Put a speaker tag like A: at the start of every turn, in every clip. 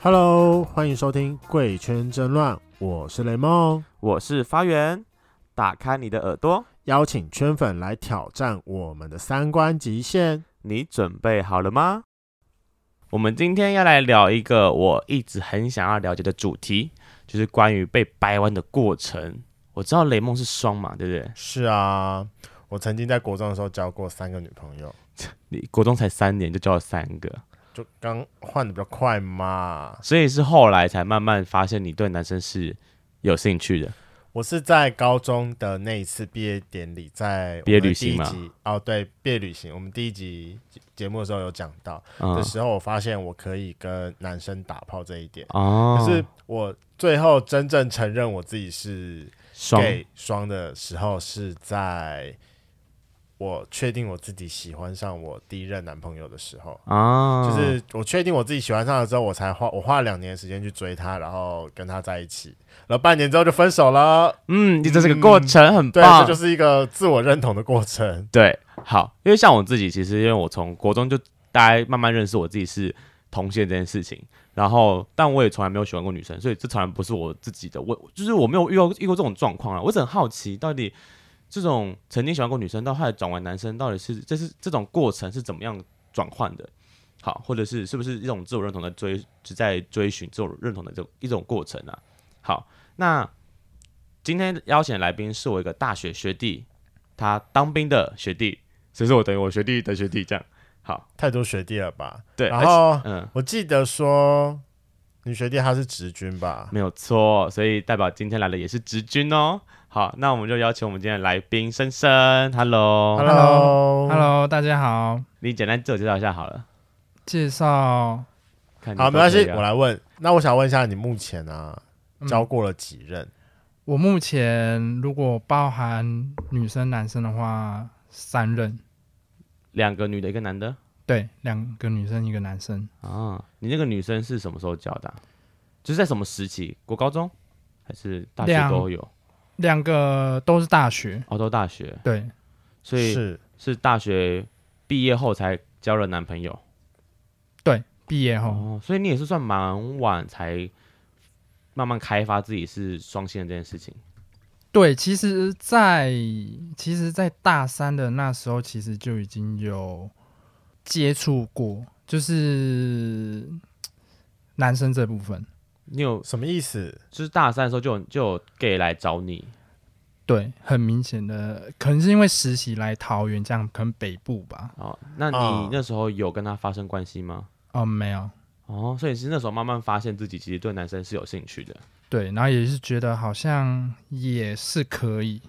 A: Hello，欢迎收听《贵圈争乱》，我是雷梦，
B: 我是发源，打开你的耳朵，
A: 邀请圈粉来挑战我们的三观极限。
B: 你准备好了吗？我们今天要来聊一个我一直很想要了解的主题，就是关于被掰弯的过程。我知道雷梦是双嘛，对不对？
A: 是啊，我曾经在国中的时候交过三个女朋友，
B: 你国中才三年就交了三个，
A: 就刚换的比较快嘛。
B: 所以是后来才慢慢发现你对男生是有兴趣的。
A: 我是在高中的那一次毕业典礼，在
B: 毕业旅行
A: 嘛
B: 吗？
A: 哦，对，毕业旅行，我们第一集节目的时候有讲到
B: 嗯
A: 的，时候，我发现我可以跟男生打炮这一点，
B: 哦，
A: 可是我最后真正承认我自己是
B: 双
A: gay 双的时候，是在我确定我自己喜欢上我第一任男朋友的时候。
B: 啊，
A: 就是我确定我自己喜欢上了之后，我才花我花了两年的时间去追他，然后跟他在一起，然后半年之后就分手了。
B: 嗯，你这是个过程，很
A: 对，啊
B: 棒，
A: 这就是一个自我认同的过程。
B: 对，好，因为像我自己，其实因为我从国中就大家慢慢认识我自己是同性这件事情，然后但我也从来没有喜欢过女生，所以这从来不是我自己的，我就是我没有遇到遇过这种状况啊。我只很好奇，到底这种曾经喜欢过女生到后来转为男生，到底是这是这种过程是怎么样转换的？好，或者是是不是一种自我认同的追，是在追寻自我认同的这种一种过程啊？好，那今天邀请的来宾是我一个大学学弟，他当兵的学弟，所以说我等于我学弟的学弟这样。好，
A: 太多学弟了吧？
B: 对，
A: 然
B: 而且
A: 后
B: 嗯，
A: 我记得说，女学弟她是直军吧？
B: 没有错，所以代表今天来的也是直军哦。好，那我们就邀请我们今天的来宾深深，Hello，,
A: Hello，,
C: Hello，大家好，
B: 你简单自我介绍一下好了。
C: 介绍
B: 看你
A: 好，
B: 都
A: 没关
B: 可以
A: 系，
B: 啊
A: 我。来问。那我想问一下，你目前啊
C: 嗯
A: 交过了几任？
C: 我目前如果包含女生男生的话，三任，
B: 两个女的，一个男的
C: 对，两个女生一个男生，
B: 啊。你那个女生是什么时候教的啊、就是在什么时期？国高中还是大学
C: 两
B: 都有？
C: 两个都是大学，
B: 澳洲大学，
C: 对，
B: 所以
A: 是
B: 是大学毕业后才交了男朋友。
C: 毕业后，
B: 哦，所以你也是算蛮晚才慢慢开发自己是双性的这件事情。
C: 对，其实在，其实，在大三的那时候，其实就已经有接触过，就是嘖男生这部分，
B: 你有
A: 什么意思？
B: 就是大三的时候就有就有 gay 来找你，
C: 对，很明显的，可能是因为实习来桃园，这样可能北部吧，
B: 哦，那你
A: 啊
B: 那时候有跟他发生关系吗？
C: 哦，没有。
B: 哦，所以是那时候慢慢发现自己其实对男生是有兴趣的。
C: 对，然后也是觉得好像也是可以，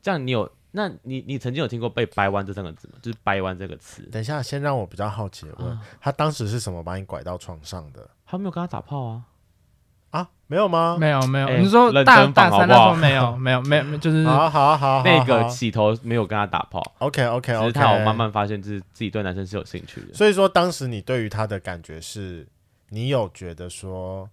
B: 这样你有，那你你曾经有听过被掰弯这三个字吗？就是掰弯这个词，
A: 等一下，先让我比较好奇的问，
B: 啊
A: 他当时是什么把你拐到床上的
B: 他没有跟他打炮啊？
A: 啊？没有吗？
C: 没有没有，
B: 哎
C: 你说
B: 认
C: 大
B: 真
C: 大
B: 放好
C: 三
B: 不
C: 那时
B: 好
C: 候没有没有没 有，没有就是
A: 好好好，
B: 那个起头没有跟他打炮，
A: OK OK
B: 只
A: OK，
B: 是他有慢。慢发现自自己对男生是有兴趣的。
A: 所以说，当时你对于他的感觉是，你有觉得说，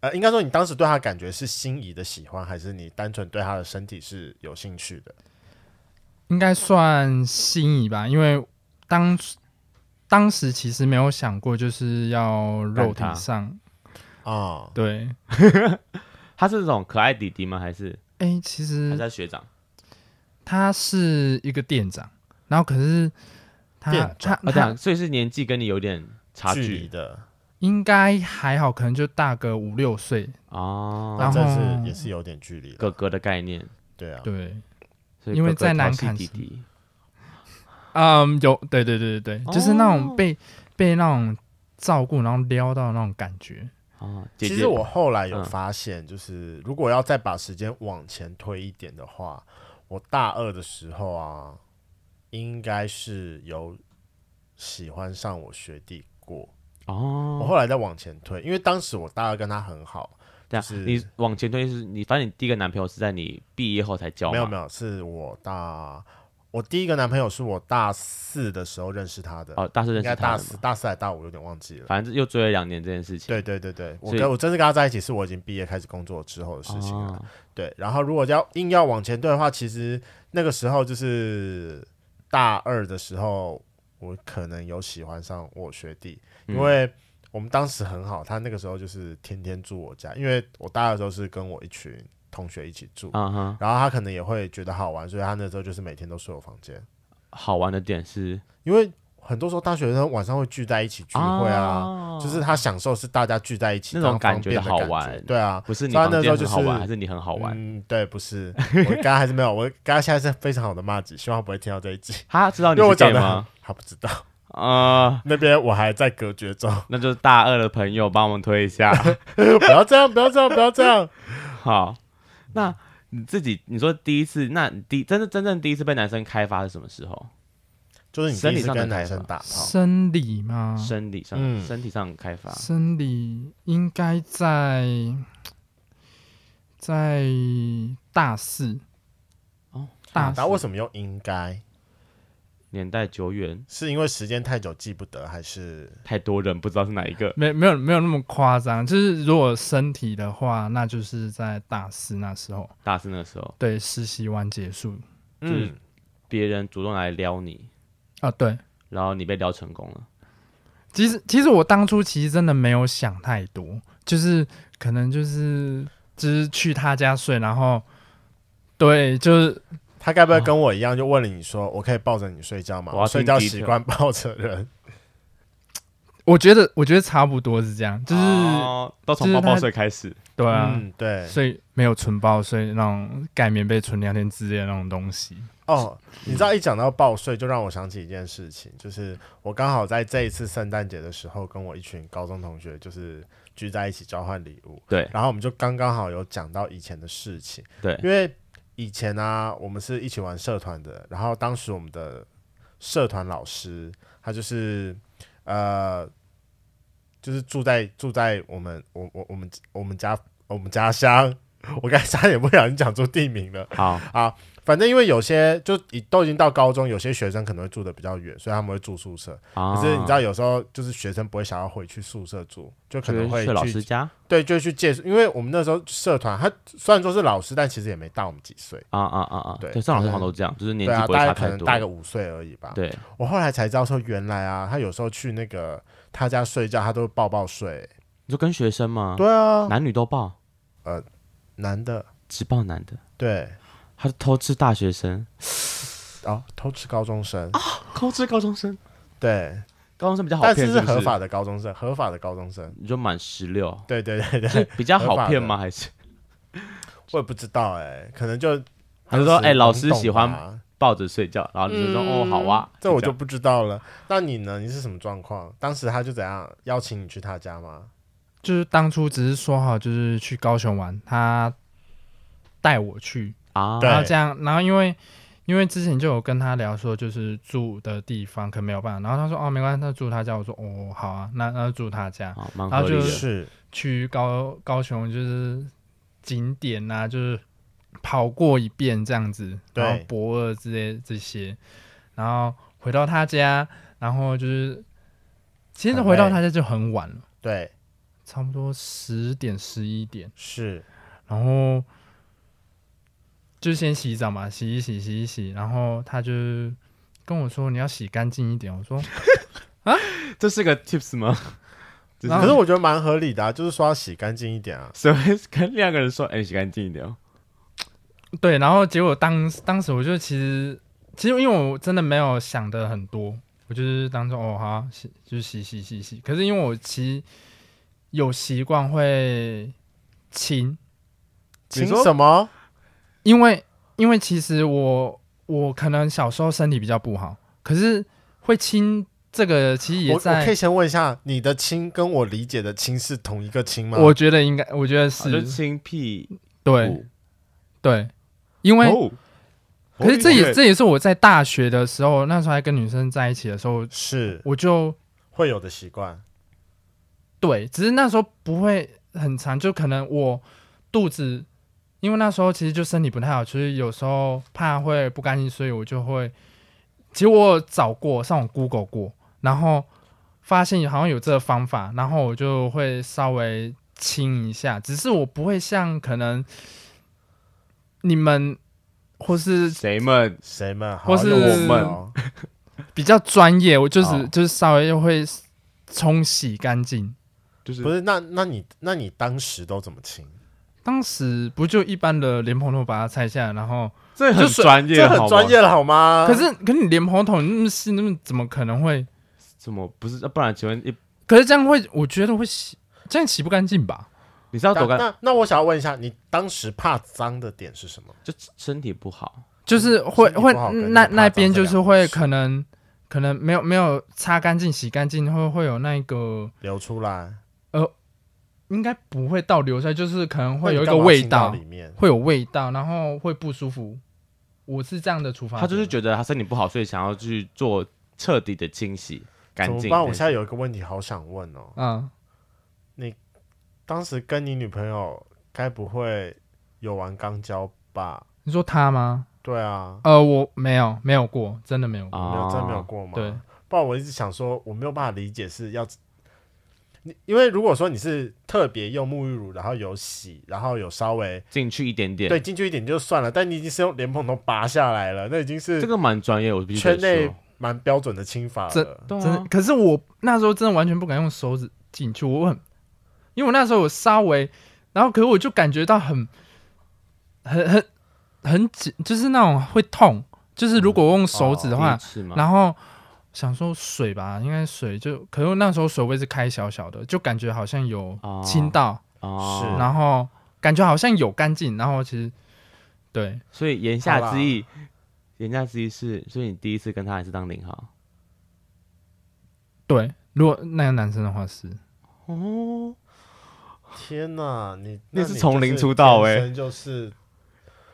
A: 呃，应该说你当时对他的感觉是心仪的喜欢，还是你单纯对他的身体是有兴趣的？
C: 应该算心仪吧，因为当当时其实没有想过就是要肉体
B: 干他
C: 上，
A: 啊、
C: 对，
B: 他是那种可爱弟弟吗？还是
C: 哎、其
B: 还是
C: 实
B: 他学长？
C: 他是一个店长，然后可是他
A: 店
C: 他
B: 啊，这
C: 他
B: 样，所以是年纪跟你有点差
A: 距离
B: 距
A: 的，
C: 应该还好，可能就大个五六岁，
B: 哦，
A: 那
C: 然
A: 这
C: 后
A: 是也是有点距离
B: 哥
A: 的，
B: 哥的概念，
A: 对啊。
B: 哦
C: 对，
B: 所以
C: 因为
B: 哥哥
C: 在
B: 调
C: 南
B: 戏
C: 坎
B: 弟
C: 是
B: 弟
C: 嗯，有，对对对对对，就是那
B: 哦
C: 种被、被那种照顾，然后撩到的那种感觉。
B: 哦，姐
A: 其
B: 姐
A: 实我后来有
B: 嗯
A: 发现，就是如果要再把时间往前推一点的话，我大二的时候啊，应该是有喜欢上我学弟过。我
B: 哦，
A: 后来再往前推，因为当时我大二跟他很好，
B: 这样
A: 就是
B: 你往前推是，你反正你第一个男朋友是在你毕业后才交，
A: 没有没
B: 有，
A: 有，是我大我第一个男朋友是我大四的时候认识他的，
B: 哦，大四
A: 应
B: 认
A: 该
B: 识他
A: 大
B: 的
A: 四
B: 嘛，
A: 大四还大五有点忘记了。
B: 反正又追了两年这件事情，
A: 对对对对，我
B: 所以
A: 跟我真正跟他在一起是我已经毕业开始工作之后的事情了。
B: 哦，
A: 对，然后如果要硬要往前对的话，其实那个时候就是大二的时候，我可能有喜欢上我学弟，因
B: 嗯
A: 为我们当时很好，他那个时候就是天天住我家，因为我大二的时候是跟我一群同学一起住，
B: 嗯哼，
A: 然后他可能也会觉得好玩，所以他那时候就是每天都睡我房间，
B: 好玩的点是
A: 因为很多时候大学生晚上会聚在一起聚会啊，就是他享受是大家聚在一起
B: 哦那种
A: 这样方
B: 感觉
A: 便的
B: 好
A: 感
B: 玩
A: 对啊，
B: 不是你
A: 所以他那
B: 房
A: 时
B: 间
A: 候就
B: 很好玩，
A: 是
B: 还是你很好玩？
A: 嗯，对，不是，我刚刚还是没有，我刚刚现在是非常好的骂子，希望他不会听到这一集，
B: 他知
A: 因
B: 道哦你
A: 为我
B: 是
A: 讲
B: gay
A: 的很
B: 吗？
A: 他不知道，
B: 啊，
A: 那边我还在隔绝中，
B: 那就是大二的朋友帮我们推一下。
A: 不要这样，不要这样，不要这样。
B: 好，那你自己你说第一次，那你第真正真正第一次被男生开发是什么时候？
A: 就是你第一次跟男生打炮，
C: 生理吗？
B: 生理上、
A: 嗯
B: 身体上的开发，
C: 生理应该在在大四
B: 哦，
C: 大
A: 啊那为
C: 四
A: 什么用应该？
B: 年代久远，
A: 是因为时间太久记不得，还是
B: 太多人不知道是哪一
A: 嗯
B: 个。
C: 没没有没有那么夸张，就是如果身体的话，那就是在大四那时候，
B: 大四那个时候，
C: 对，实习完结束
B: 就是
A: 嗯，
B: 别人主动来撩你，
C: 啊，对。
B: 然后你被撩成功了。
C: 其实，其实我当初其实真的没有想太多，就是可能就是就是去他家睡，然后对，就是
A: 他该不会跟我一样，就问了你说，我可以抱着你睡觉吗？
B: 哦我要
A: 我睡
B: 听
A: 觉
B: detail
A: 习惯抱着人，
C: 我觉得我觉得差不多是这样，就是、
B: 哦都从抱抱睡开始，
C: 对啊，
A: 嗯，对，
C: 所以没有存包，所以那种盖棉被存两天之类的那种东西，
A: 哦，你知道一讲到报税，就让我想起一件事情，就是我刚好在这一次圣诞节的时候，跟我一群高中同学就是聚在一起交换礼物，
B: 对
A: 然后我们就刚刚好有讲到以前的事情，
B: 对，
A: 因为以前呢、我们是一起玩社团的，然后当时我们的社团老师他就是呃，就是住在住在我们我我我们我们家我们家乡，我刚才差点不小心讲出地名了。
B: 好，
A: 反正因为有些就已都已经到高中，有些学生可能会住的比较远，所以他们会住宿舍。
B: 啊
A: 可是你知道，有时候就是学生不会想要回去宿舍住，就可能
B: 就是
A: 会
B: 睡老
A: 去
B: 师家
A: 对，就会去借宿。因为我们那时候社团，他虽然说是老师，但其实也没大我们几岁，
B: 啊啊啊啊，
A: 对
B: 对，上老师
A: 可能
B: 好像都这样，就是年
A: 对
B: 纪
A: 啊，
B: 不会
A: 大
B: 差
A: 概可
B: 太
A: 能
B: 多，
A: 大个五啊岁而已吧。
B: 对，
A: 我后来才知道说，原来啊，他有时候去那个他家睡觉，他都会抱抱睡。
B: 你说跟学生吗？
A: 对啊，
B: 男女都抱，
A: 男的
B: 只抱男的，
A: 对，
B: 他是偷吃大学生，
A: 哦，偷吃高中生，
B: 偷吃高中生，
A: 对，
B: 高中生啊比较好
A: 但
B: 骗，
A: 是
B: 是
A: 是
B: 不是
A: 合，法的高中生，合法的高中生。
B: 你就满十六，
A: 对对对对，
B: 是比较
A: 合法
B: 好
A: 的
B: 骗吗？还是
A: 我也不知道哎、可能就
B: 还是说
A: 当时
B: 哎老师
A: 懵懂
B: 喜欢
A: 吧
B: 抱着睡觉，然后你就说哦好啊，
A: 嗯这我
B: 这
A: 就
B: 样
A: 不知道了。那你呢？你是什么状况？当时他就怎样邀请你去他家吗？
C: 就是当初只是说好就是去高雄玩，他带我去，
B: 啊，
A: 对
C: 然后这样，然后因为因为之前就有跟他聊说就是住的地方可能没有办法，然后他说哦没关系，那住他家，我说哦好啊，那那就住他家，
B: 好蛮
C: 然
B: 合
C: 后
B: 理
C: 就
B: 的，
A: 是
C: 去高高雄就是景点啊，就是跑过一遍这样子，
A: 对
C: 然后博二之类这些，然后回到他家，然后就是其实
A: 很
C: 回到
A: 累
C: 他家就很晚了，
A: 对，
C: 差不多十点十一点，
A: 是
C: 然后就先洗澡嘛，洗一洗洗一洗，然后他就跟我说你要洗干净一点，我说
B: 这是个 tips 吗？ 就是
C: 然后
A: 可是我觉得蛮合理的、啊，就是说要洗干净一点啊。
B: 所以跟另外一个人说，哎，你洗干净一点哦，
C: 对，然后结果当当时我就其实其实因为我真的没有想的很多，我就是当中哦好啊洗就是洗洗洗洗，可是因为我其实有习惯会亲，
A: 请
B: 说
A: 什么？
C: 因为因为其实我我可能小时候身体比较不好，可是会亲这个其实
A: 我
C: 也
A: 我可以
C: 在，
A: 先问一下，你的亲跟我理解的亲是同一个亲吗？
C: 我觉得应该我觉得
B: 好就是亲屁
C: 对
B: 股，
C: 对，因为、
B: 哦
C: 可是这也
B: 哦
C: 这也是我在大学的时候，那时候还跟女生在一起的时候，
A: 是
C: 我就。
A: 会有的习惯。
C: 对，只是那时候不会很长，就可能我肚子，因为那时候其实就身体不太好，就是有时候怕会不干净，所以我就会，其实我有找过上网 Google 过，然后发现好像有这个方法，然后我就会稍微清一下，只是我不会像可能你们或是
B: 谁们
A: 谁们？
C: 或是
A: 好有意思
B: 我们
A: 哦
C: 比较专业，我就是
B: 好
C: 就是稍微又会冲洗干净，
B: 就是
A: 不是？那那你那你当时都怎么亲？
C: 当时不就一般的莲蓬头把它拆下来，然后
B: 这很
C: 就水
B: 专业，
A: 这
B: 好
A: 很
B: 吗
A: 专，业了好吗？
C: 可是可是你莲蓬头那么细，那么怎么可能会？
B: 怎么不是？啊不然请问一，
C: 可是这样会，我觉得会洗，这样洗不干净吧？
B: 你是要
A: 那
B: 多干？
A: 那那我想要问一下，你当时怕脏的点是什么？
B: 就身体不好，
C: 就是会
A: 嗯身体不
C: 会嗯
A: 好跟
C: 那
A: 你怕
C: 那
A: 脏
C: 边
A: 这
C: 就
A: 两
C: 是
A: 回
C: 会
A: 事
C: 可能可能没有没有擦干净、洗干净，会会有那一个
A: 流出来
C: 应该不会倒流出来，就是可能会有一
A: 那你
C: 个
A: 干嘛
C: 味
A: 亲到
C: 道，
A: 里面。
C: 会有味道，然后会不舒服。我是这样的处罚，
B: 他就是觉得他身体不好，所以想要去做彻底的清洗干
A: 怎么
B: 净。
A: 办？我现在有一个问题好想问哦，
C: 嗯，
A: 当时跟你女朋友该不会有玩钢交吧？
C: 你说他吗？
A: 对啊，
C: 呃，我没有没有过，真的没有过。
A: 没
B: 啊，
A: 有真的没有过吗？
C: 对，
A: 不然我一直想说，我没有办法理解是要你，因为如果说你是特别用沐浴乳，然后有洗，然后有稍微
B: 进去一点点。
A: 对，进去一点就算了，但你已经是用莲蓬头拔下来了，那已经
B: 这
A: 是
B: 个蛮专业，我必须
A: 圈
B: 得哦
A: 内
B: 说。
A: 蛮标准的亲法
C: 这
A: 了。
B: 对
C: 真
B: 啊
C: 的，，可是我那时候真的完全不敢用手指进去，我很，因为我那时候我稍微，然后可是我就感觉到很，很很很紧，就是那种会痛，就是如果我用手指的话，
B: 是吗？
C: 然后想说水吧，应该水就，可是那时候水位是开小小的，就感觉好像有
B: 哦
C: 清到，
B: 哦
A: 是
C: 然后感觉好像有干净，然后其实对
B: 所以言下之意，言下之意是，所以你第一次跟他还是当零号
C: 对，如果那个男生的话是，
B: 哦，
A: 天哪，你
B: 那
A: 那
B: 是
A: 你
B: 从
A: 就是
B: 零出道
A: 天
B: 欸
A: 生就是。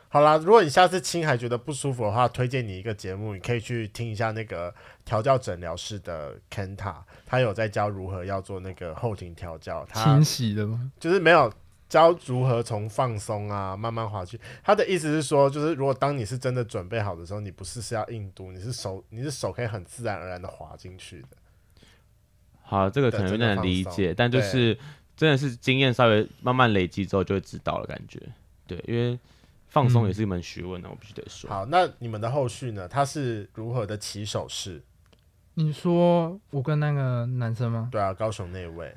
A: 好啦，如果你下次亲还觉得不舒服的话，推荐你一个节目，你可以去听一下那个调教诊疗室的 Kenta，他有在教如何要做那个后庭调教， 他
C: 清洗的吗？
A: 就是没有教如何从放松啊慢慢滑去。他的意思是说，就是如果当你是真的准备好的时候，你不是是要硬读，你是手你是手可以很自然而然的滑进去的。
B: 好，这个可能有点难理解，但就是真的是经验稍微慢慢累积之后就会知道了，感觉对，因为放
C: 嗯
B: 松也是一门学问呢，我必须得说。
A: 好，那你们的后续呢？他是如何的起手式？
C: 你说我跟那个男生吗？
A: 对啊，高雄那位，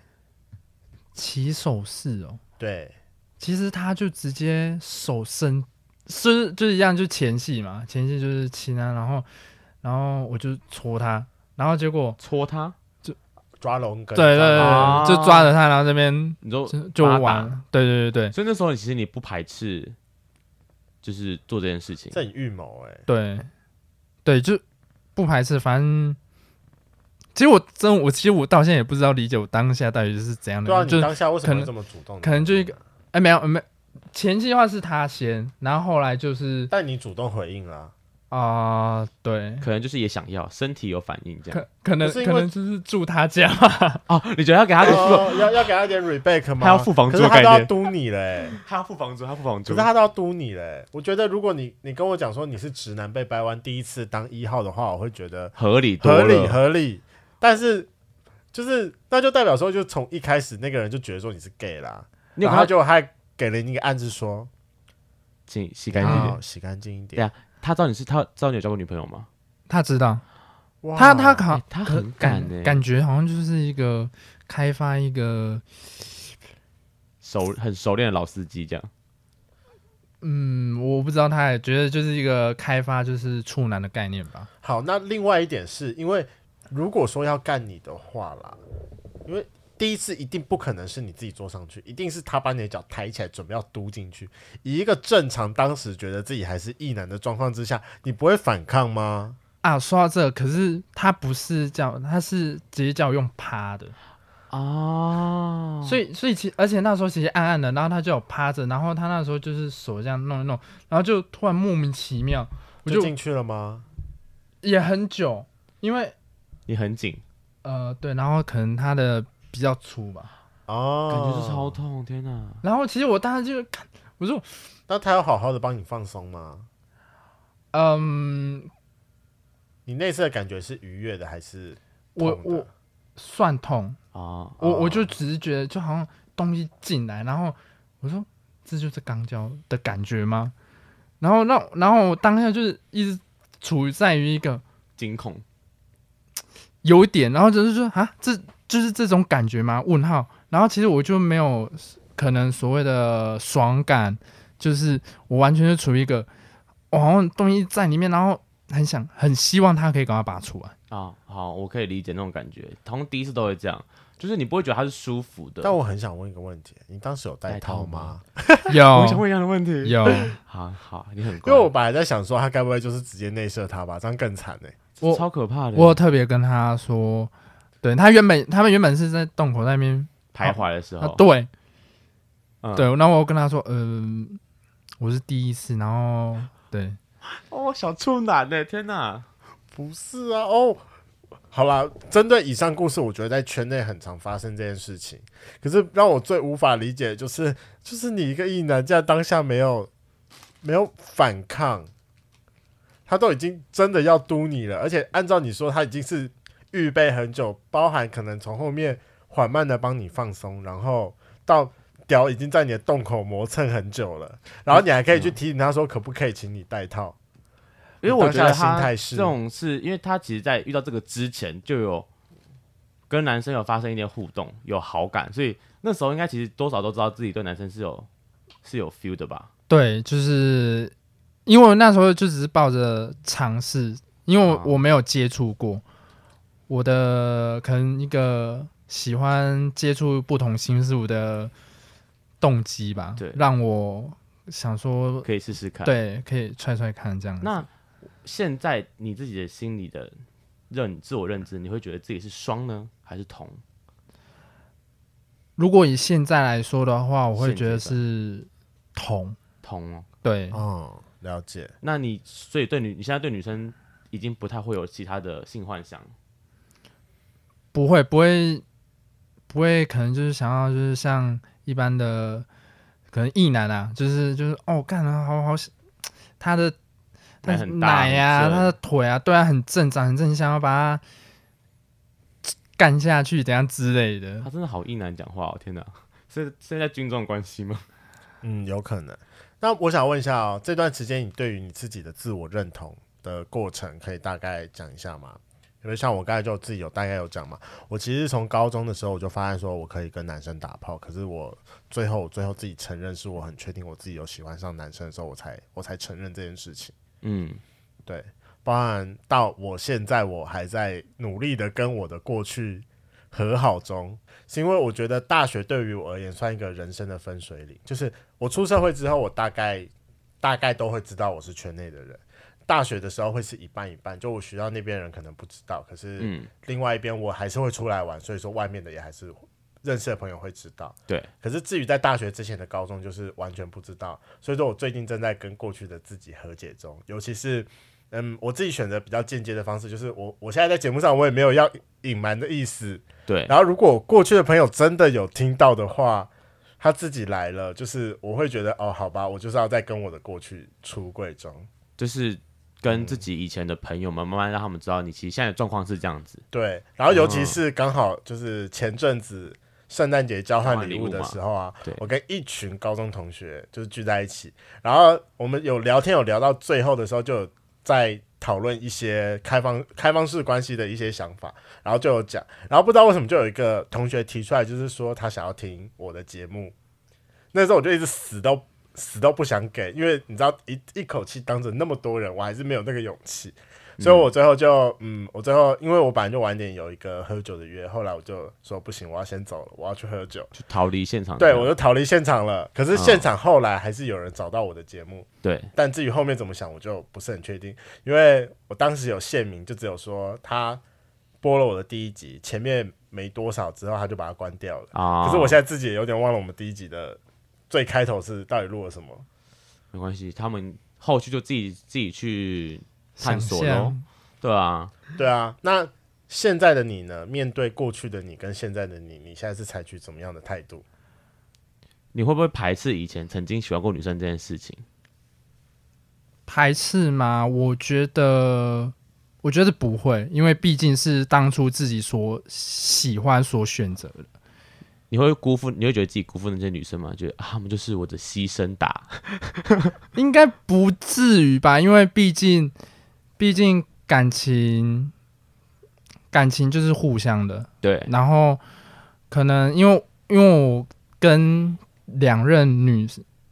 C: 起手式哦，
A: 对。
C: 其实他就直接手伸，是就是一样，就前戏嘛，前戏就是亲啊，然后然后我就戳他，然后结果
B: 戳他，
A: 抓龙根，
C: 对对
A: 抓
C: 对，
A: 龙
B: 啊
C: 对就抓着他，然后这边
B: 你就
C: 就就
B: 把他打
C: 玩了，对对对对
B: 所以那时候其实你不排斥，就是做这件事情
A: 这很预谋哎，
C: 对对，就不排斥，反正。其实我真我其实我到现在也不知道理解我当下到底是怎样的
A: 对啊，
C: 人，就
A: 你
C: 是
A: 当下为什么
C: 可
A: 会
C: 能
A: 这么主动呢？
C: 可能就一个哎、没有没有，前期的话是他先，然后后来就是
A: 但你主动回应啦，
C: 啊、对，
B: 可能就是也想要，身体有反应这样
C: 可可能
A: 不是因
C: 可
A: 为
C: 能就是住他家吧，
B: 哦。你觉得要给他个付，
A: 哦要要给他一点 reback 吗？
B: 他要付房租
A: 可是
B: 的
A: 他
B: 概
A: 都要
B: 念，
A: 嘟你 嘞，
B: 他要付房租，他付房
A: 可是他都要嘟你嘞。我觉得如果你你跟我讲说你是直男被掰弯第一次当一号的话，我会觉得
B: 合理多
A: 合理
B: 了，
A: 合理，但是就是那就代表说，就从一开始那个人就觉得说你是 gay 啦，
B: 你有
A: 然
B: 看
A: 后
B: 到
A: 就还给了你一个暗示说，
B: 请洗干净一点
A: 啊，。洗干净一
B: 对
A: 点
B: 啊。他知道你是他知道你有交过女朋友吗？
C: 他知道，
A: 哇
C: 他他好
B: 欸他
C: 可
B: 很敢欸
A: 呃
C: 感感觉好像就是一个开发一个
B: 熟很熟练的老司机这样。
C: 嗯，我不知道他也觉得就是一个开发就是处男的概念吧，
A: 好，那另外一点是因为如果说要干你的话啦，因为第一次一定不可能是你自己坐上去，一定是他把你的脚抬起来，准备要嘟进去。以一个正常当时觉得自己还是异男的状况之下，你不会反抗吗？
C: 啊，说到这，可是他不是叫，他是直接叫我用趴的，
A: 哦
B: 啊
C: 所以所以其而且那时候其实暗暗的，然后他就有趴着，然后他那时候就是手这样弄一弄，然后就突然莫名其妙，我
A: 就
C: 就
A: 进去了吗？
C: 也很久，因为
B: 你很紧，
C: 呃对，然后可能他的比较粗吧，
A: 哦，
B: 感觉就是超。痛，天哪！
C: 然后其实我当时就看，我说
A: 那他有好好的帮你放松吗？
C: 嗯，
A: 你那次的感觉是愉悦的还是
C: 我
A: 痛的
C: 我算痛，
B: 啊，
C: 我我
A: 哦
C: 就只是觉得就好像东西进来，然后我说这就是钢胶的感觉吗？然后让然后我当下就是一直处于在于一个
B: 惊恐，
C: 有一点，然后就是说啊，这就是这种感觉吗？问号，然后其实我就没有可能所谓的爽感，就是我完全是处于一个我好像东西在里面，然后很想很希望他可以赶快拔出来。
B: 啊，好，我可以理解那种感觉，好像第一次都会这样，就是你不会觉得它是舒服的。
A: 但我很想问一个问题，你当时有戴
B: 戴
A: 套
B: 套
A: 吗
B: 吗？我想
C: 有
B: 问一样的问题，
C: 有，
B: 好好，你很
A: 因
B: 乖，
A: 为我本来在想说，他该不会就是直接内射他吧？这样更惨呢、欸
B: 这超可怕的，
C: 我有特别跟他说，对他原本他们原本是在洞口那边
B: 徘徊的时
C: 啊
B: 候，，
C: 对，
B: 嗯
C: 对，然后我跟他说，嗯、我是第一次，然后对，
B: 哦，小处男呢，天哪，
A: 不是啊，哦，好啦，针对以上故事，我觉得在圈内很常发生这件事情。可是让我最无法理解的就是，就是你一个异男，在当下没有没有反抗，他都已经真的要嘟你了，而且按照你说，他已经是预备很久，包含可能从后面缓慢的帮你放松，然后到。屌已经在你的洞口磨蹭很久了，然后你还可以去提醒他说，可不可以请你戴套？
B: 因为我觉
A: 你
B: 得
A: 当下
B: 他
A: 心态是
B: 这种事，因为他其实，在遇到这个之前就有跟男生有发生一点互动，有好感，所以那时候应该其实多少都知道自己对男生是有是有 feel 的吧？
C: 对，就是因为我那时候就只是抱着尝试，因为我
B: 啊
C: 我没有接触过，我的可能一个喜欢接触不同新事物的动机吧，
B: 对
C: 让我想说，
B: 可以试试看。，
C: 对，可以踹踹看这样子。
B: 那现在你自己的心里的认自我认知，你会觉得自己是双呢，还是同？
C: 如果以现在来说的话，我会
B: 现
C: 觉得
B: 阶段
C: 是同，
B: 同哦，
C: 对，
A: 哦，了解。
B: 那你所以对女，你现在对女生已经不太会有其他的性幻想，
C: 不会，不会，不会，可能就是想要，就是像一般的，可能异男啊，就是就是哦，干了，好好，他的他
B: 奶
C: 的
B: 很大
C: 奶啊，
B: 很正
C: 他的腿啊，对啊，很正，长很正，想要把它干下去，怎样之类的
B: 他。真的好硬男讲话哦，天哪！是是在军中关系吗？
A: 嗯，有可能。那我想问一下哦，这段时间你对于你自己的自我认同的过程，可以大概讲一下吗？因为像我刚才就自己有大概有讲嘛，我其实从高中的时候我就发现说我可以跟男生打炮，可是我最后我最后自己承认是我很确定我自己有喜欢上男生的时候，我才我才承认这件事情。
B: 嗯，
A: 对，包含到我现在我还在努力的跟我的过去和好中，是因为我觉得大学对于我而言算一个人生的分水岭，就是我出社会之后，我大概大概都会知道我是圈内的人。大学的时候会是一半一半，就我学校那边人可能不知道，可是
B: 嗯，
A: 另外一边我还是会出来玩，所以说外面的也还是认识的朋友会知道。
B: 对，
A: 可是至于在大学之前的高中，就是完全不知道。所以说我最近正在跟过去的自己和解中，尤其是嗯，我自己选择比较间接的方式，就是我我现在在节目上我也没有要隐瞒的意思。
B: 对，
A: 然后如果过去的朋友真的有听到的话，他自己来了，就是我会觉得哦，好吧，我就是要再跟我的过去出柜中。
B: 就是跟自己以前的朋友们慢慢让他们知道，你其实现在的状况是这样子。
A: 对，然后尤
B: 嗯
A: 其是刚好就是前阵子圣诞节交换礼物的时候啊
B: 交换礼物嘛对，
A: 我跟一群高中同学就是聚在一起，然后我们有聊天，有聊到最后的时候，就有在讨论一些开放开放式关系的一些想法，然后就有讲，然后不知道为什么就有一个同学提出来，就是说他想要听我的节目，那时候我就一直死都死都不想给，因为你知道一一口气当着那么多人，我还是没有那个勇气，所以我最后就嗯，我最后因为我本来就晚点有一个喝酒的约，后来我就说不行，我要先走了，我要去喝酒，
B: 就逃离现场这
A: 对
B: 样。
A: 我就逃离现场了。可是现场后来还是有人找到我的节目，
B: 对
A: 但至于后面怎么想，我就不是很确定，因为我当时有县名，就只有说他播了我的第一集，前面没多少之后他就把它关掉了。
B: 啊，
A: 可是我现在自己也有点忘了我们第一集的最开头是到底录了什么。
B: 没关系，他们后续就自己自己去探
C: 想
B: 索咯
C: 象。
B: 对啊，
A: 对啊，那现在的你呢？面对过去的你跟现在的你，你现在是采取怎么样的态度？
B: 你会不会排斥以前曾经喜欢过女生这件事情？
C: 排斥吗？我觉得，我觉得不会，因为毕竟是当初自己所喜欢、所选择的。
B: 你会辜负？你会觉得自己辜负那些女生吗？觉得啊，她们就是我的牺牲打。
C: 应该不至于吧，因为毕竟，毕竟感情，感情就是互相的。
B: 对
C: 然后可能因为因为我跟两任女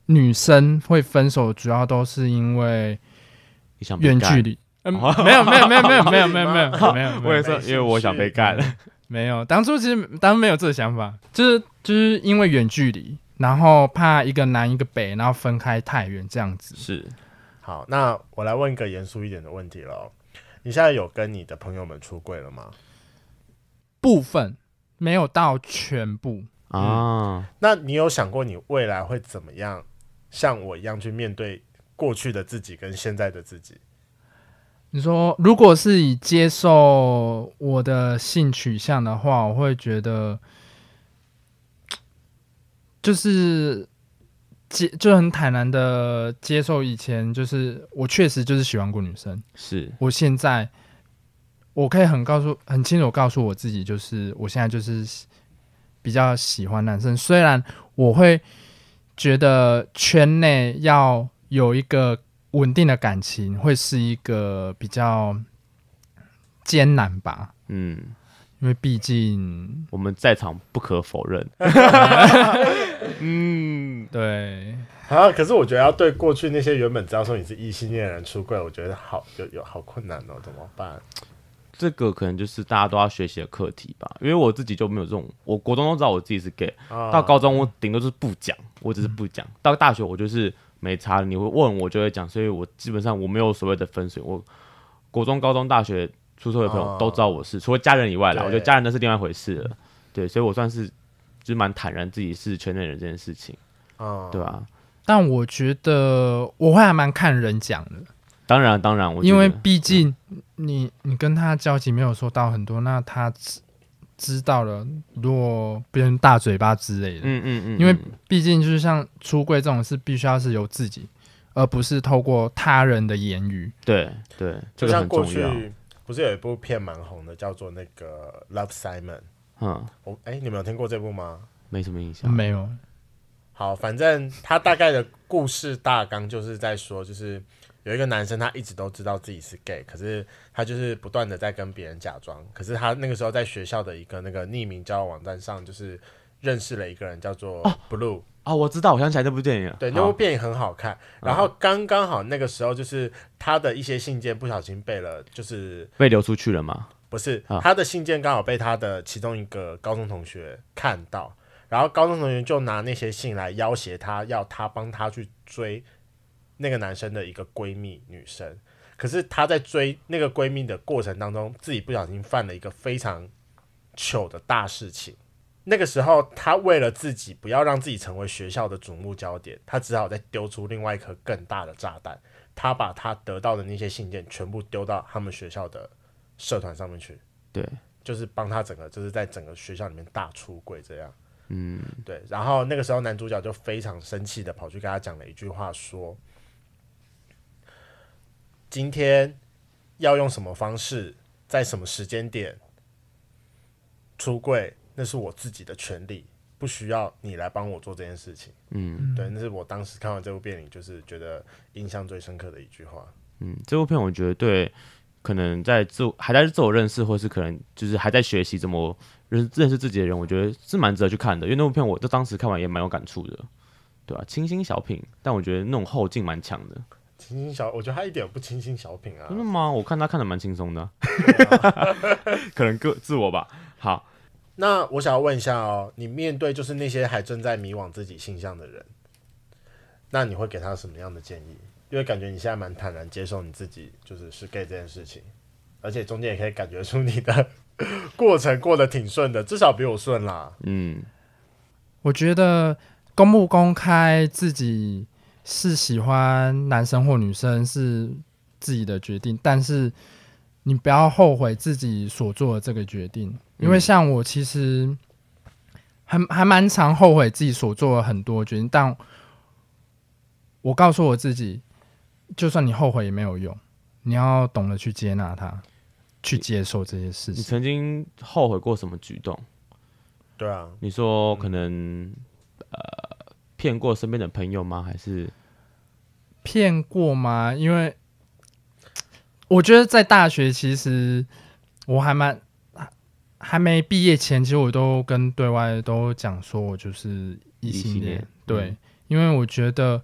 C: 女生会分手，主要都是因为
B: 你想被
C: 远
B: 干
C: 距离。嗯，没有没有没有没有没有没有没有没有没有，
B: 我也说，因为我想被干。
C: 没有，当初其实当初没有这个想法，就是就是因为远距离，然后怕一个南一个北，然后分开太远这样子。
B: 是，
A: 好，那我来问一个严肃一点的问题喽。你现在有跟你的朋友们出柜了吗？
C: 部分没有到全部，
B: 啊，
A: 那你有想过你未来会怎么样，像我一样去面对过去的自己跟现在的自己？
C: 你说如果是以接受我的性取向的话，我会觉得就是接就很坦然的接受以前就是我确实就是喜欢过女生，
B: 是
C: 我现在我可以很告诉很清楚告诉我自己，就是我现在就是比较喜欢男生，虽然我会觉得圈内要有一个稳定的感情，会是一个比较艰难吧，
B: 嗯，
C: 因为毕竟
B: 我们在场不可否认。嗯，
C: 对
A: 啊，可是我觉得要对过去那些原本知道说你是异性恋的人出柜，我觉得好有有好困难哦，怎么办？
B: 这个可能就是大家都要学习的课题吧。因为我自己就没有这种，我国中都知道我自己是 gay，
A: 啊
B: 到高中我顶多就是不讲，我只是不讲。到大学我就是没差，你会问我就会讲，所以我基本上我没有所谓的分水。我国中、高中、大学出社会的朋
A: 哦
B: 友都知道我是，除了家人以外啦，
A: 对
B: 我觉得家人那是另外一回事了。对，所以我算是就是蛮坦然自己是圈内人这件事情，
A: 啊，
B: 对啊。
C: 但我觉得我会还蛮看人讲的，
B: 当然，当然，我觉
C: 因为
B: 得
C: 毕竟你你跟他交集没有说到很多，那他知知道了，如果别人大嘴巴之类的，
B: 嗯嗯嗯，
C: 因为
B: 嗯
C: 毕竟就是像出柜这种事，必须要是由自己，而不是透过他人的言语。
B: 对对，
A: 就
B: 这个
A: 像
B: 很
A: 过
B: 重要。
A: 去不是有一部片蛮红的，叫做那个《Love Simon》。
B: 嗯，
A: 我哎、你们有听过这部吗？
B: 没什么印象。
C: 没有，
A: 好，反正他大概的故事大纲就是在说，就是有一个男生，他一直都知道自己是 gay，可是他就是不断的在跟别人假装。可是他那个时候在学校的一个那个匿名交友网站上，就是认识了一个人叫做 Blue，、
B: 哦，我知道，我想起来这部电影了。
A: 对，那
B: 好
A: 部电影很好看。然后刚刚好那个时候，就是他的一些信件不小心被了，就是
B: 被流出去了嘛？
A: 不是
B: 啊
A: 他的信件刚好被他的其中一个高中同学看到，然后高中同学就拿那些信来要挟他，要他帮他去追那个男生的一个闺蜜女生。可是他在追那个闺蜜的过程当中，自己不小心犯了一个非常糗的大事情。那个时候，他为了自己不要让自己成为学校的瞩目焦点，他只好再丢出另外一颗更大的炸弹。他把他得到的那些信件全部丢到他们学校的社团上面去，
B: 对，
A: 就是帮他整个就是在整个学校里面大出柜这样。嗯，对。然后那个时候男主角就非常生气的跑去跟他讲了一句话说：“今天要用什么方式，在什么时间点出柜，那是我自己的权利，不需要你来帮我做这件事情。”嗯，对，那是我当时看完这部电影就是觉得印象最深刻的一句话。
B: 嗯，这部片我觉得对，可能在自我还在自我认识，或是可能就是还在学习怎么认认识自己的人，我觉得是蛮值得去看的。因为那部片我就当时看完也蛮有感触的，对吧、清新小品，但我觉得那种后劲蛮强的。
A: 清新小，我觉得他一点也不清新小品啊。
B: 真的吗？我看他看的蛮轻松的， 可能个自我吧。好，
A: 那我想要问一下哦，你面对就是那些还正在迷惘自己性向的人，那你会给他什么样的建议？因为感觉你现在蛮坦然接受你自己就是是 gay 这件事情，而且中间也可以感觉出你的 过程过得挺顺的，至少比我顺啦。
B: 嗯，
C: 我觉得公不公开自己是喜欢男生或女生是自己的决定，但是你不要后悔自己所做的这个决定，因为像我其实还还蛮常后悔自己所做的很多决定，但我告诉我自己，就算你后悔也没有用，你要懂得去接纳它，去接受这些事
B: 你
C: 情。
B: 曾经后悔过什么举动？
A: 对啊，
B: 你说可能呃骗过身边的朋友吗？还是
C: 骗过吗？因为我觉得在大学，其实我还蛮还没毕业前，其实我都跟对外都讲说，我就是异
B: 异
C: 性
B: 性
C: 恋
B: 恋。
C: 对
B: 嗯，
C: 因为我觉得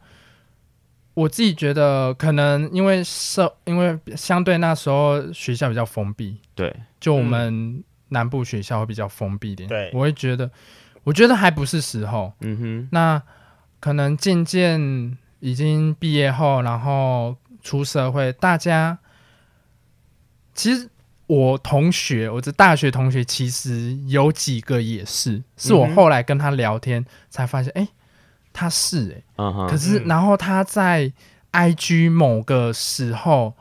C: 我自己觉得，可能因为社，因为相对那时候学校比较封闭，
B: 对，
C: 就我们南部学校会比较封闭一点。
A: 对
C: 我会觉得，我觉得还不是时候。
B: 嗯哼，
C: 那可能渐渐已经毕业后，然后出社会，大家其实我同学，我这大学同学其实有几个也是，是我
B: 嗯哼
C: 后来跟他聊天才发现，哎、他是哎、
B: 嗯哼，
C: 可是
A: 嗯
C: 然后他在 IG 某个时候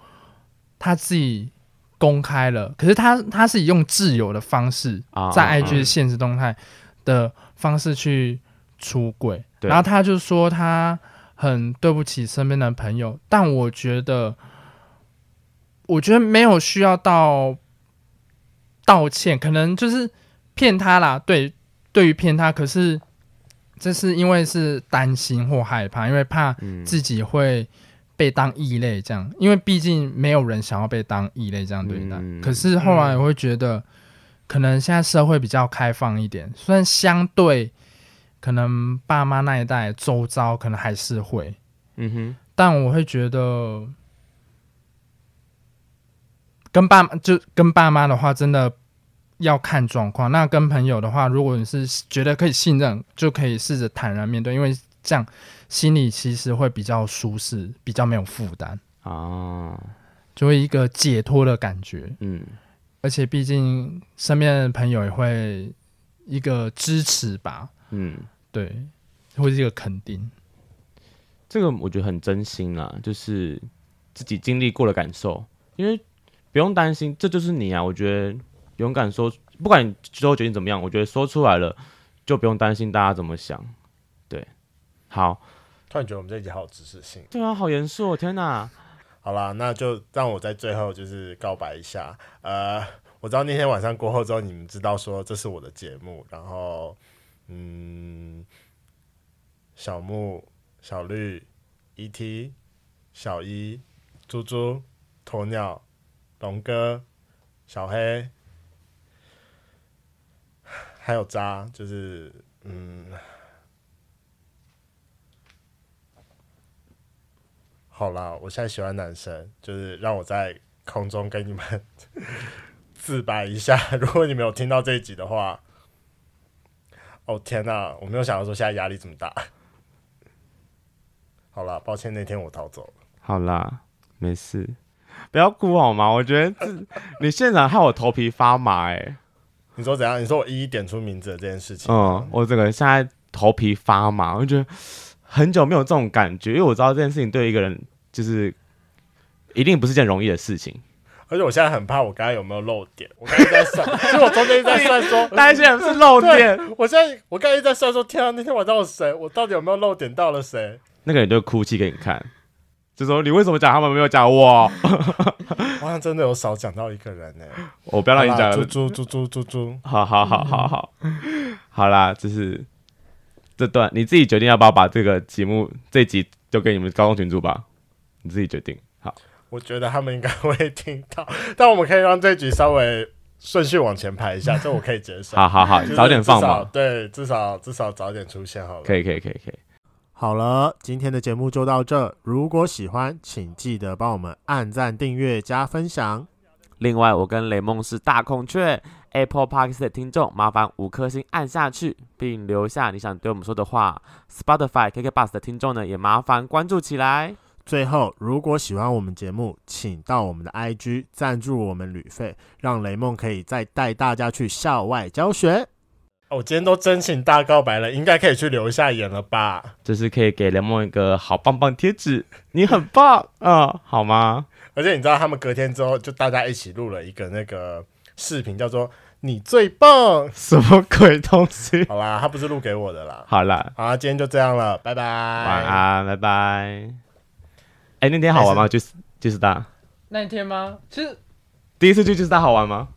C: 他自己公开了，可是他他是以用自由的方式，
B: 啊
C: 在
B: 啊
C: IG
B: 啊
C: 的现实动态的方式去出轨，
B: 对
C: 然后他就说他很对不起身边的朋友，但我觉得，我觉得没有需要到道歉，可能就是骗他啦，对，对于骗他，可是这是因为是担心或害怕，因为怕
B: 嗯
C: 自己会被当异类这样，因为毕竟没有人想要被当异类这样对待。
B: 嗯
C: 可是后来我会觉得，可能现在社会比较开放一点，虽然相对可能爸妈那一代周遭可能还是会，
B: 嗯哼，
C: 但我会觉得。跟爸就跟爸妈的话，真的要看状况。那跟朋友的话，如果你是觉得可以信任，就可以试着坦然面对，因为这样心里其实会比较舒适，比较没有负担，
B: 啊，
C: 就会一个解脱的感觉。
B: 嗯，
C: 而且毕竟身边的朋友也会一个支持吧，
B: 嗯，
C: 对，或是一个肯定。
B: 这个我觉得很真心啦，就是自己经历过的感受，因为不用担心，这就是你啊。我觉得勇敢说，不管你最后决定怎么样，我觉得说出来了就不用担心大家怎么想。对，好，
A: 突然觉得我们这一集好有知识性。
B: 对啊，好严肃、哦，天哪，
A: 好啦，那就让我在最后就是告白一下。呃，我知道那天晚上过后之后，你们知道说这是我的节目，然后嗯，小木、小绿、ET、小一、猪猪、鸵鸟、龙哥、小黑，还有渣，就是嗯。好啦，我现在喜欢男生，就是让我在空中跟你们自白一下。 如果你没有听到这一集的话，哦天哪、我没有想到说现在压力这么大。好啦，抱歉那天我逃走了。
B: 好啦，没事，不要哭好吗？我觉得这 你现场害我头皮发麻、欸，
A: 你说怎样？你说我一一点出名字的这件事情吗，
B: 嗯，我整个现在头皮发麻，我就觉得很久没有这种感觉，因为我知道这件事情对一个人就是一定不是件容易的事情。
A: 而且我现在很怕我刚刚有没有漏点。我刚才在算， 其实我中间一直在算说，
B: 但现在是漏
A: 对
B: 电，，
A: 我现在我刚才一直在算说，天啊，那天晚上有谁？我到底有没有漏点到了谁？
B: 那个人就哭泣给你看，就说你为什么讲他们没有讲我？
A: 我好像真的有少讲到一个人欸呢、
B: 我不要让你讲
A: 好啦，猪猪猪猪猪猪。
B: 好好好好好，好啦，就是这段你自己决定要不要把这个节目这一集丢给你们高中群主吧，你自己决定。好，
A: 我觉得他们应该会听到， 但我们可以让这局稍微顺序往前排一 下，这我可以接受。
B: 好好好，
A: 就是
B: 早点放
A: 至少
B: 吧。
A: 对，至少至少早点出现好了。
B: 可以可以可以可以，
A: 好了，今天的节目就到这。如果喜欢，请记得帮我们按赞、订阅、加分享。
D: 另外，我跟雷梦是大孔雀 Apple Park 的听众，麻烦五颗星按下去，并留下你想对我们说的话。Spotify KK Bus 的听众呢，也麻烦关注起来。
A: 最后，如果喜欢我们节目，请到我们的 IG 赞助我们旅费，让雷梦可以再带大家去校外教学。哦我、今天都真情大告白了，应该可以去留一下言了吧？
B: 就是可以给雷梦一个好棒棒贴纸，你很棒啊、好吗？
A: 而且你知道，他们隔天之后就大家一起录了一个那个视频，叫做“你最棒
B: 什么鬼东西”。？
A: 好啦，他不是录给我的啦。
B: 好啦，
A: 好啦，今天就这样了，拜拜，
B: 晚。安，拜拜。哎、那天好玩吗？就是就是大
C: 那一天吗？其实
B: 第一次去就是大好玩吗？